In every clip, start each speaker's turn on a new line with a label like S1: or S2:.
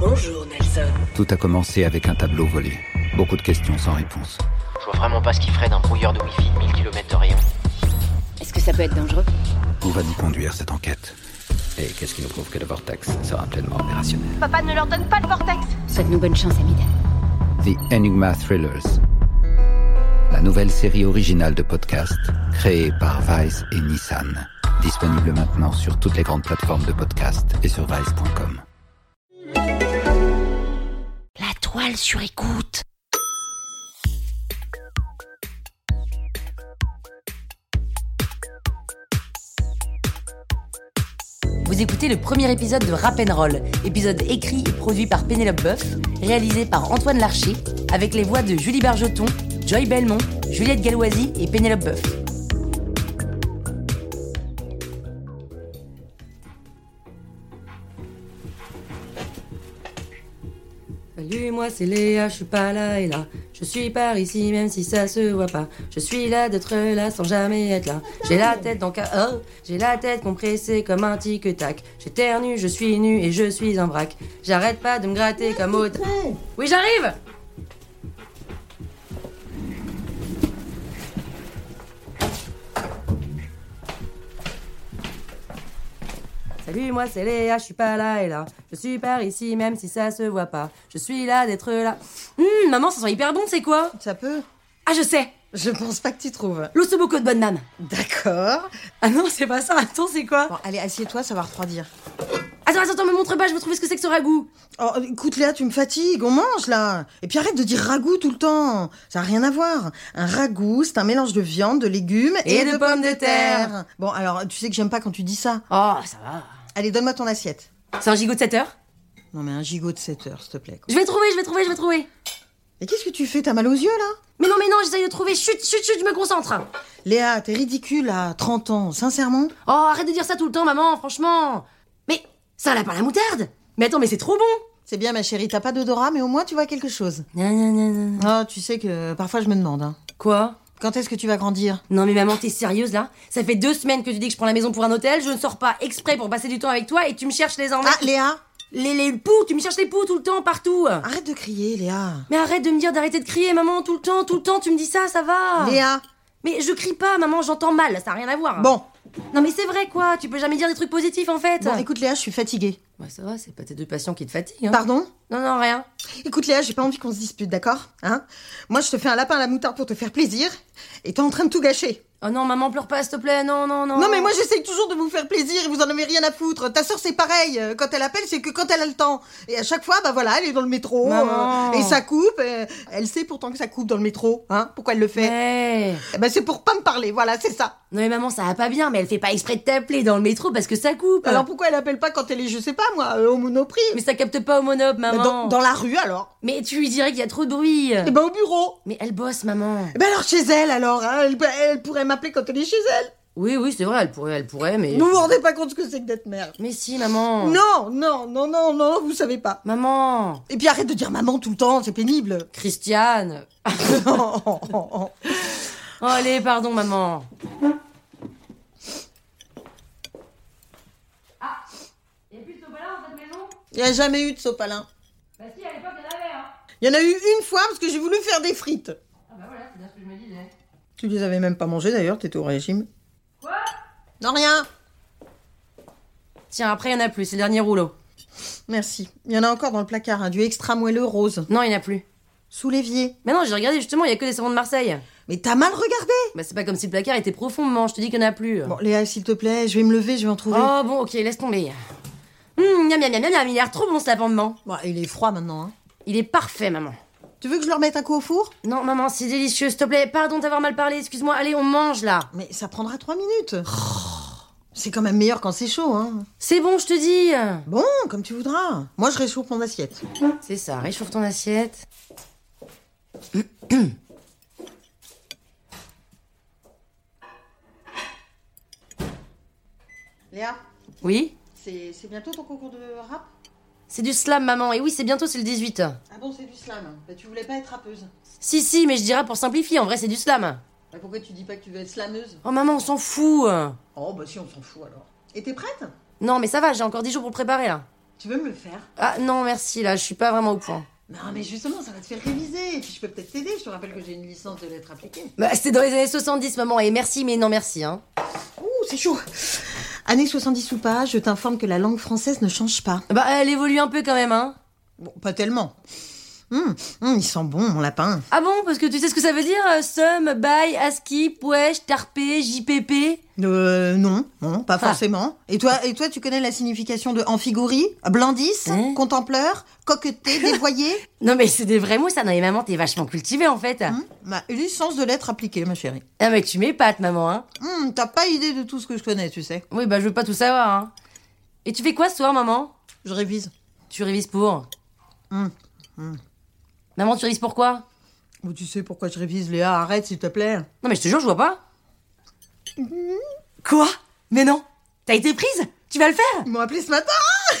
S1: Bonjour Nelson.
S2: Tout a commencé avec un tableau volé. Beaucoup de questions sans réponse.
S3: Je vois vraiment pas ce qu'il ferait d'un brouilleur de wifi de 1000 km de rayon.
S1: Est-ce que ça peut être dangereux
S2: Où va nous conduire cette enquête Et qu'est-ce qui nous prouve que le vortex sera pleinement opérationnel
S4: Papa ne leur donne pas le vortex.
S1: Souhaite-nous bonne chance, Amida.
S2: The Enigma Thrillers. La nouvelle série originale de podcast créée par Vice et Nissan. Disponible maintenant sur toutes les grandes plateformes de podcast et sur vice.com.
S5: La toile sur écoute. Vous écoutez le premier épisode de Rap and Roll, épisode écrit et produit par Pénélope Boeuf, réalisé par Antoine Larcher, avec les voix de Julie Bargeton, Joy Belmont, Juliette Galoisi et Pénélope Boeuf.
S6: Salut, moi c'est Léa, je suis pas là et là. Je suis par ici même si ça se voit pas. Je suis là d'être là sans jamais être là. J'ai la tête dans ca... oh, j'ai la tête compressée comme un tic tac. J'éternue, je suis nu et je suis un braque. J'arrête pas de me gratter comme autre. Oui, j'arrive. Salut, moi c'est Léa, je suis pas là et là. Je suis par ici même si ça se voit pas. Je suis là d'être là. Hum, maman, ça sent hyper bon, c'est quoi
S7: Ça peut
S6: Ah, je sais
S7: Je pense pas que tu trouves.
S6: L'ossoboco de bonne dame.
S7: D'accord.
S6: Ah non, c'est pas ça, attends, c'est quoi
S7: Bon, allez, assieds-toi, ça va refroidir.
S6: Attends, attends, attends, me montre pas, je veux trouver ce que c'est que ce ragoût.
S7: Oh, écoute Léa, tu me fatigues, on mange là Et puis arrête de dire ragoût tout le temps Ça n'a rien à voir. Un ragoût, c'est un mélange de viande, de légumes
S6: Et de pommes de terre.
S7: Bon, alors, tu sais que j'aime pas quand tu dis ça.
S6: Oh, ça va.
S7: Allez, donne-moi ton assiette.
S6: C'est un gigot de 7 heures
S7: Non mais un gigot de 7 heures, s'il te plaît. quoi.
S6: Je vais trouver, je vais trouver, je vais trouver.
S7: Et qu'est-ce que tu fais T'as mal aux yeux là
S6: Mais non, mais non, j'essaye de trouver. Chut, chut, chut, je me concentre.
S7: Léa, t'es ridicule à 30 ans, sincèrement
S6: Oh, arrête de dire ça tout le temps, maman, franchement. Mais ça, là, par la moutarde. Mais attends, mais c'est trop bon.
S7: C'est bien ma chérie, t'as pas d'odorat, mais au moins tu vois quelque chose.
S6: Non, non, non, non.
S7: Ah, tu sais que parfois je me demande, hein.
S6: Quoi
S7: Quand est-ce que tu vas grandir
S6: Non, mais maman, t'es sérieuse là Ça fait deux semaines que tu dis que je prends la maison pour un hôtel, je ne sors pas exprès pour passer du temps avec toi et tu me cherches les emmerdements.
S7: Ah, Léa
S6: Les, les poux, tu me cherches les poux tout le temps, partout.
S7: Arrête de crier, Léa.
S6: Mais arrête de me dire d'arrêter de crier, maman, tout le temps, tout le temps, tu me dis ça, ça va.
S7: Léa,
S6: Mais je crie pas, maman, j'entends mal, ça a rien à voir.
S7: bon.
S6: Non, mais c'est vrai quoi, tu peux jamais dire des trucs positifs en fait.
S7: Bon, écoute Léa, je suis fatiguée.
S6: Ouais, ça va, c'est pas tes deux patients qui te fatiguent. Hein.
S7: Pardon
S6: Non, non, rien.
S7: Écoute Léa, j'ai pas envie qu'on se dispute, d'accord Hein Moi, je te fais un lapin à la moutarde pour te faire plaisir, et t'es en train de tout gâcher.
S6: Oh non, maman, pleure pas, s'il te plaît, non, non, non.
S7: Non mais moi, j'essaye toujours de vous faire plaisir, et vous en avez rien à foutre. Ta sœur, c'est pareil. euh, Quand elle appelle, c'est que quand elle a le temps. Et à chaque fois, bah voilà, elle est dans le métro, euh,
S6: Maman.
S7: et ça coupe. euh, elle sait pourtant que ça coupe dans le métro, hein Pourquoi elle le fait
S6: Ouais.
S7: Eh ben, c'est pour pas me parler, voilà, c'est ça.
S6: Non, mais maman, ça va pas bien, mais elle fait pas exprès de t'appeler dans le métro parce que ça coupe.
S7: Alors pourquoi elle appelle pas quand elle est, je sais pas moi, euh, au Monoprix
S6: Mais ça capte pas au monop,
S7: Bah,
S6: maman. Eh
S7: dans, dans la rue alors
S6: Mais tu lui dirais qu'il y a trop de bruit.
S7: Et ben au bureau
S6: Mais elle bosse, maman.
S7: Eh Ben alors chez elle alors, hein, elle, elle pourrait m'appeler quand elle est chez elle.
S6: Oui, oui, c'est vrai, elle pourrait, elle pourrait, mais.
S7: Vous vous rendez pas compte ce que c'est que d'être mère.
S6: Mais si, maman.
S7: Non, non, non, non, non, vous savez pas.
S6: Maman.
S7: Et puis arrête de dire maman tout le temps, c'est pénible.
S6: Christiane.
S7: Oh, oh, oh, oh.
S6: Oh, allez, pardon, maman.
S7: Il y a jamais eu de sopalin. Bah si, à l'époque, il y en avait. Il y en a eu une fois parce que j'ai voulu faire des frites. Ah bah voilà, c'est bien ce que je me disais. Tu les avais même pas mangées d'ailleurs, t'étais au régime. Quoi Non, rien.
S6: Tiens, après, il y en a plus, c'est le dernier rouleau.
S7: Merci. Il y en a encore dans le placard, hein, du extra moelleux rose.
S6: Non, il y en a plus.
S7: Sous l'évier.
S6: Mais non, j'ai regardé justement, il y a que des savons de Marseille.
S7: Mais t'as mal regardé
S6: Bah, c'est pas comme si le placard était profond, maman, je te dis qu'il y en a plus.
S7: Bon, Léa, s'il te plaît, je vais me lever, je vais en trouver.
S6: Oh, bon, ok, laisse tomber. Hum, miam, miam, miam, miam, miam, il a l'air trop bon ce lapin de maman.
S7: Bon, Bah, il est froid maintenant. Hein.
S6: Il est parfait, maman.
S7: Tu veux que je leur mette un coup au four
S6: Non, maman, c'est délicieux, s'il te plaît. Pardon d'avoir mal parlé, excuse-moi. Allez, on mange là.
S7: Mais ça prendra trois minutes. C'est quand même meilleur quand c'est chaud, hein.
S6: C'est bon, je te dis
S7: Bon, comme tu voudras. Moi, je réchauffe mon assiette.
S6: C'est ça, réchauffe ton assiette.
S7: Léa,
S6: Oui
S7: c'est c'est bientôt ton concours de rap
S6: C'est du slam, maman. Et oui, c'est bientôt, c'est le 18.
S7: Ah bon, c'est du slam. Bah, tu voulais pas être rappeuse.
S6: Si, si, mais je dirais pour simplifier, en vrai, c'est du slam.
S7: Bah, pourquoi tu dis pas que tu veux être slameuse
S6: Oh, maman, on s'en fout
S7: Oh, bah si, on s'en fout alors. Et t'es prête
S6: Non, mais ça va, j'ai encore 10 jours pour le préparer, là.
S7: Tu veux me le faire
S6: Ah, non, merci, là, je suis pas vraiment au point.
S7: Non, mais justement, ça va te faire réviser. Et puis, je peux peut-être t'aider. Je te rappelle que j'ai une licence de lettres appliquées.
S6: Bah, c'était dans les années 70, maman, et merci, mais non, merci, hein.
S7: Ouh, c'est chaud Année 70 ou pas, je t'informe que la langue française ne change pas.
S6: Bah, elle évolue un peu quand même, hein.
S7: Bon, pas tellement. Hum, hum, il sent bon, mon lapin.
S6: Ah bon, parce que tu sais ce que ça veut dire euh, Sum, bye, ASCII, wesh, tarpé, JPP
S7: Euh, non, non,
S6: Ah.
S7: pas forcément. Et toi, et toi, tu connais la signification de amphigorie, blandisse,
S6: Hein
S7: contempleur, coqueté, dévoyé
S6: Non, mais c'est des vrais mots, ça. Non, mais maman, t'es vachement cultivée, en fait.
S7: Hum, bah, Une licence de lettres appliquées, ma chérie.
S6: Ah, mais tu m'épates, maman, hein.
S7: Hum, T'as pas idée de tout ce que je connais, tu sais.
S6: Oui, bah, je veux pas tout savoir, hein. Et tu fais quoi ce soir, maman
S7: Je révise.
S6: Tu révises pour
S7: Hum,
S6: Maman, tu révises pour quoi
S7: Oh, tu sais pourquoi je révise, Léa Arrête, s'il te plaît.
S6: Non, mais je te jure, je vois pas. Quoi Mais non T'as été prise Tu vas le faire
S7: Ils m'ont appelé ce matin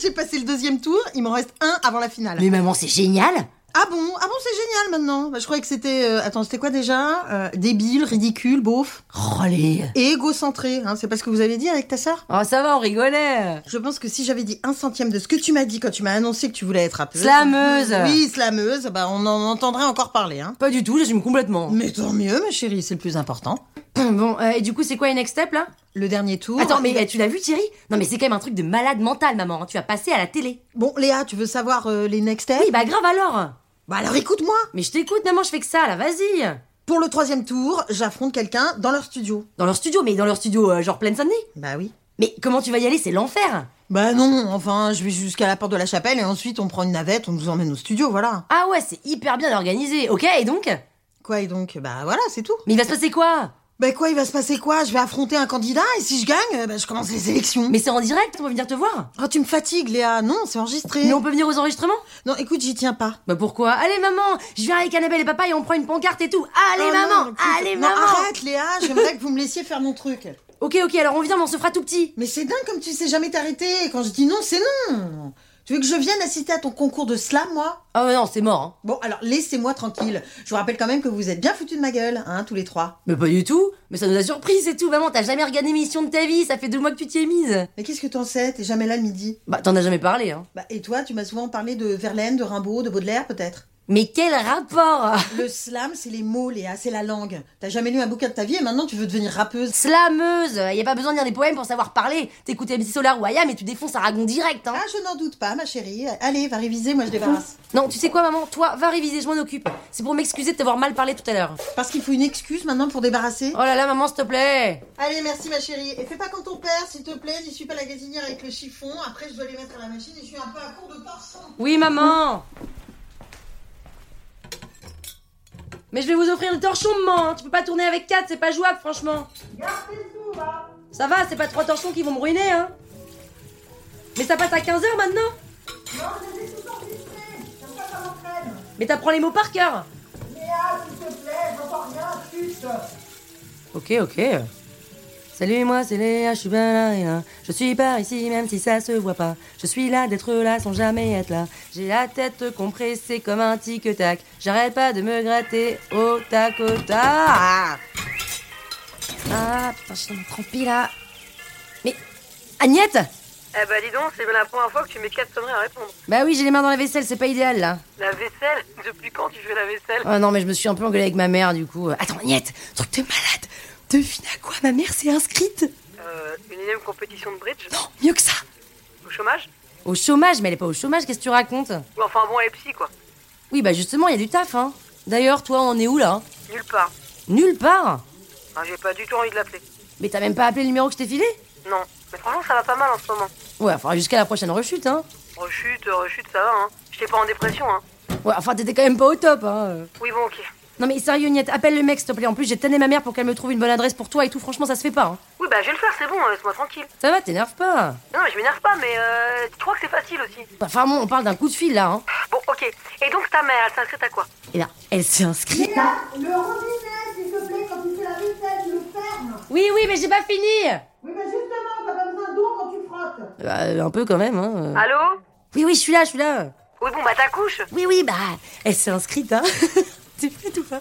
S7: J'ai passé le deuxième tour, il m'en reste un avant la finale.
S6: Mais maman, c'est génial
S7: Ah bon Ah bon, c'est génial maintenant Bah, Je croyais que c'était... euh, attends, c'était quoi déjà Euh, Débile, ridicule, beauf
S6: Oh, les...
S7: et égocentré. hein. C'est pas ce que vous avez dit avec ta sœur
S6: Oh, ça va, on rigolait
S7: Je pense que si j'avais dit un centième de ce que tu m'as dit quand tu m'as annoncé que tu voulais être rappeuse...
S6: Slameuse.
S7: Oui, slameuse, bah on en entendrait encore parler. Hein.
S6: Pas du tout, j'assume complètement.
S7: Mais tant mieux, ma chérie, c'est le plus important.
S6: bon, euh, et du coup, c'est quoi une next step, là
S7: Le dernier tour...
S6: Attends, mais euh, tu l'as vu, Thierry Non, mais c'est quand même un truc de malade mental, maman. hein. Tu as passé à la télé.
S7: Bon, Léa, tu veux savoir euh, les next steps
S6: Oui, bah grave alors
S7: Bah alors écoute-moi
S6: Mais je t'écoute, maman, je fais que ça, là, vas-y
S7: Pour le troisième tour, j'affronte quelqu'un dans leur studio.
S6: Dans leur studio, mais dans leur studio, euh, genre pleine samedi
S7: Bah oui.
S6: Mais comment tu vas y aller C'est l'enfer
S7: Bah non, enfin, je vais jusqu'à la porte de la chapelle et ensuite on prend une navette, on nous emmène au studio, voilà.
S6: Ah ouais, c'est hyper bien organisé, ok Et donc Mais
S7: Quoi et donc Bah voilà, c'est tout.
S6: il va se passer quoi
S7: Bah quoi, il va se passer quoi Je vais affronter un candidat et si je gagne, euh, bah je commence les élections.
S6: Mais c'est en direct, on va venir te voir
S7: Oh, tu me fatigues, Léa. Non, c'est enregistré.
S6: Mais on peut venir aux enregistrements
S7: Non, écoute, j'y tiens pas.
S6: Bah pourquoi Allez maman, je viens avec Annabelle et papa et on prend une pancarte et tout Allez
S7: Oh, non,
S6: maman
S7: écoute,
S6: Allez
S7: non,
S6: maman
S7: Arrête, Léa, j'aimerais que vous me laissiez faire mon truc.
S6: Ok, ok, alors on vient, mais on se fera tout petit
S7: Mais c'est dingue comme tu sais jamais t'arrêter. Quand je dis non, c'est non. Tu veux que je vienne assister à ton concours de slam, moi
S6: Ah ouais, non, c'est mort hein.
S7: Bon, alors laissez-moi tranquille. Je vous rappelle quand même que vous êtes bien foutus de ma gueule, hein, tous les trois.
S6: Mais pas du tout Mais ça nous a surpris, c'est tout Maman, t'as jamais regardé une émission de ta vie, ça fait deux mois que tu t'y es mise
S7: Mais qu'est-ce que t'en sais T'es jamais là le midi.
S6: Bah t'en as jamais parlé hein
S7: Bah, et toi, tu m'as souvent parlé de Verlaine, de Rimbaud, de Baudelaire, peut-être
S6: Mais quel rapport
S7: Le slam, c'est les mots, Léa, c'est la langue. T'as jamais lu un bouquin de ta vie et maintenant tu veux devenir rappeuse.
S6: Slameuse Y a pas besoin de lire des poèmes pour savoir parler T'écoutes MC Solar ou Aya, mais tu défonces Aragon direct hein
S7: Ah, je n'en doute pas, ma chérie. Allez, va réviser, moi je débarrasse.
S6: Non, tu sais quoi, maman Toi, va réviser, je m'en occupe. C'est pour m'excuser de t'avoir mal parlé tout à l'heure.
S7: Parce qu'il faut une excuse maintenant pour débarrasser.
S6: Oh là là, maman, s'il te plaît
S7: Allez, merci ma chérie. Et fais pas quand ton père, s'il te plaît. J'y suis pas la gazinière avec le chiffon. Après, je dois les mettre à la machine et je suis un peu à court de torsion.
S6: Oui, maman Mais je vais vous offrir le torchon, maman hein. Tu peux pas tourner avec quatre, c'est pas jouable, franchement Ça va, c'est pas trois torchons qui vont me ruiner, hein Mais ça passe à 15h maintenant Mais t'apprends les mots par cœur Ok, ok. Salut, moi c'est Léa, je suis bien là, et là. Je suis par ici, même si ça se voit pas. Je suis là d'être là sans jamais être là. J'ai la tête compressée comme un tic-tac. J'arrête pas de me gratter au tac au tac. Ah putain, je suis dans ma trempée, là. Mais. Agnette
S4: Eh bah dis donc, c'est bien la première fois que tu mets quatre conneries à répondre.
S6: Bah oui, j'ai les mains dans la vaisselle, c'est pas idéal là.
S4: La vaisselle Depuis quand tu fais la vaisselle
S6: Oh non, mais je me suis un peu engueulée avec ma mère du coup. Attends, Agnette, truc de malade. Devine à quoi ma mère s'est inscrite
S4: euh, Une énième compétition de bridge
S6: Non, mieux que ça
S4: Au chômage
S6: Au chômage, mais elle est pas au chômage, qu'est-ce que tu racontes
S4: Ou enfin bon, elle est psy quoi.
S6: Oui, bah justement, il y a du taf, hein. D'ailleurs, toi, on en est où là
S4: Nulle part.
S6: Nulle part
S4: Ah, J'ai pas du tout envie de l'appeler.
S6: Mais t'as même pas appelé le numéro que je t'ai filé
S4: Non. Mais franchement, ça va pas mal en ce moment.
S6: Ouais, enfin, jusqu'à la prochaine rechute, hein.
S4: Rechute, rechute, ça va hein. J'étais pas en dépression hein.
S6: Ouais, enfin, t'étais quand même pas au top, hein. euh.
S4: Oui bon, ok.
S6: Non mais sérieux, Niette, appelle le mec, s'il te plaît. En plus, j'ai tanné ma mère pour qu'elle me trouve une bonne adresse pour toi et tout. Franchement, ça se fait pas, hein.
S4: Oui bah je vais le faire, c'est bon, euh, laisse-moi tranquille.
S6: Ça va, t'énerve pas.
S4: Non, mais je m'énerve pas, mais euh, tu crois que c'est facile aussi.
S6: Enfin bon, on parle d'un coup de fil là, hein.
S4: Bon, ok. Et donc ta mère, elle s'inscrit à quoi
S6: Et là, elle s'est inscrite.
S8: Le robinet, s'il te plaît, quand tu fais la vaisselle, tu le fermes.
S6: Oui, oui, mais j'ai pas fini.
S8: Oui, mais justement, t'as pas besoin d'eau quand tu frottes.
S6: un peu quand même, hein. euh.
S4: Allô
S6: Oui, oui, je suis là, je suis là.
S4: Oui, bon, bah t'accouches.
S6: Oui, oui, bah, elle s'est inscrite, hein. t'es prête ou pas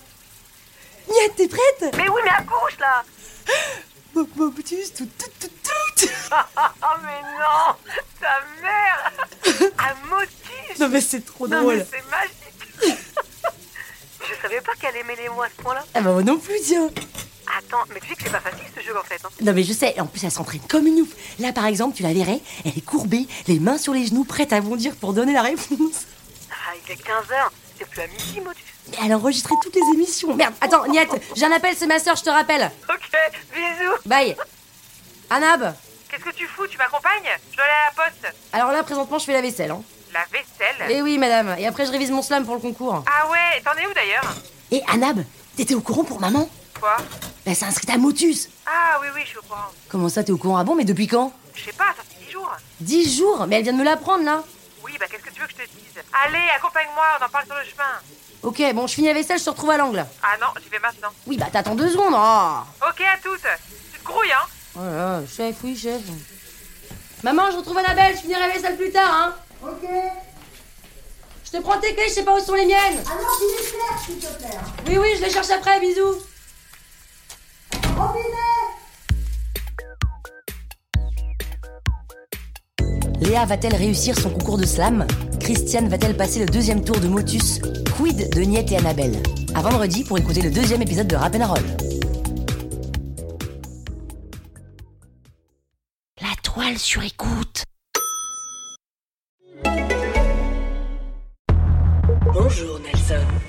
S6: Niette, t'es prête
S4: Mais oui, mais accouche là
S6: Bob, bob, tus, tout, tout, tout, tout.
S4: Oh, mais non Ta mère À motus
S6: Non, mais c'est trop
S4: Non, mais
S6: drôle.
S4: c'est magique Je savais pas qu'elle aimait les mots à ce point-là.
S6: Ah bah, moi non plus, tiens.
S4: Attends, mais tu sais que c'est pas facile ce jeu en fait. Hein.
S6: Non mais je sais, en plus elle s'entraîne comme une ouf. Là par exemple, tu la verrais, elle est courbée, les mains sur les genoux, prête à bondir pour donner la réponse.
S4: Ah, il est 15h, c'est plus à midi, motus.
S6: Mais elle a enregistré toutes les émissions. Merde, attends, Niette, j'ai un appel, c'est ma soeur, je te rappelle.
S4: Ok, bisous
S6: Bye. Anab,
S4: Qu'est-ce que tu fous Tu m'accompagnes Je dois aller à la poste.
S6: alors là présentement je fais la vaisselle. Hein.
S4: La vaisselle
S6: Eh oui madame, et après je révise mon slam pour le concours.
S4: Ah ouais, t'en es où d'ailleurs
S6: Et Anab, t'étais au courant pour maman
S4: Quoi
S6: Bah c'est inscrit à Motus.
S4: Ah oui, oui, je suis au courant.
S6: Comment ça t'es au courant Ah bon, mais depuis quand
S4: Je sais pas, ça fait 10 jours.
S6: 10 jours, mais elle vient de me l'apprendre là.
S4: Oui, bah qu'est-ce que tu veux que je te dise Allez, accompagne-moi, on en parle sur le chemin.
S6: Ok, bon je finis la vaisselle, je te retrouve à l'angle.
S4: Ah non, j'y vais maintenant.
S6: Oui bah t'attends deux secondes. Oh.
S4: Ok à toutes Tu te grouilles, hein
S6: Oh là là, chef, oui, chef. Maman, je retrouve Annabelle, je finirai la vaisselle plus tard, hein.
S8: Ok.
S6: Je te prends tes clés, je sais pas où sont les miennes.
S8: Alors, tu les fermes, s'il te plaît. hein.
S6: Oui, oui, je les cherche après, bisous.
S8: Robinet
S5: Léa va-t-elle réussir son concours de slam Christiane va-t-elle passer le deuxième tour de Motus Quid de Niette et Annabelle À vendredi pour écouter le deuxième épisode de Rap Roll. La toile sur écoute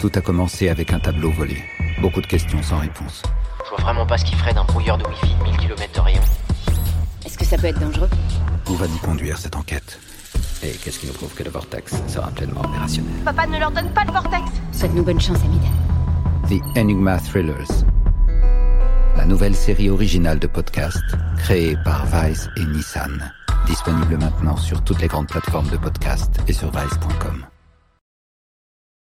S2: Tout a commencé avec un tableau volé. Beaucoup de questions sans réponse.
S3: Je vois vraiment pas ce qu'il ferait d'un brouilleur de wifi de 1000 km de rayon.
S1: Est-ce que ça peut être dangereux
S2: Où va nous conduire cette enquête Et qu'est-ce qui nous prouve que le Vortex sera pleinement opérationnel
S9: Papa ne leur donne pas le vortex.
S1: Souhaite-nous bonne chance, Amida.
S2: The Enigma Thrillers. La nouvelle série originale de podcast créée par Vice et Nissan. Disponible maintenant sur toutes les grandes plateformes de podcast et sur vice.com.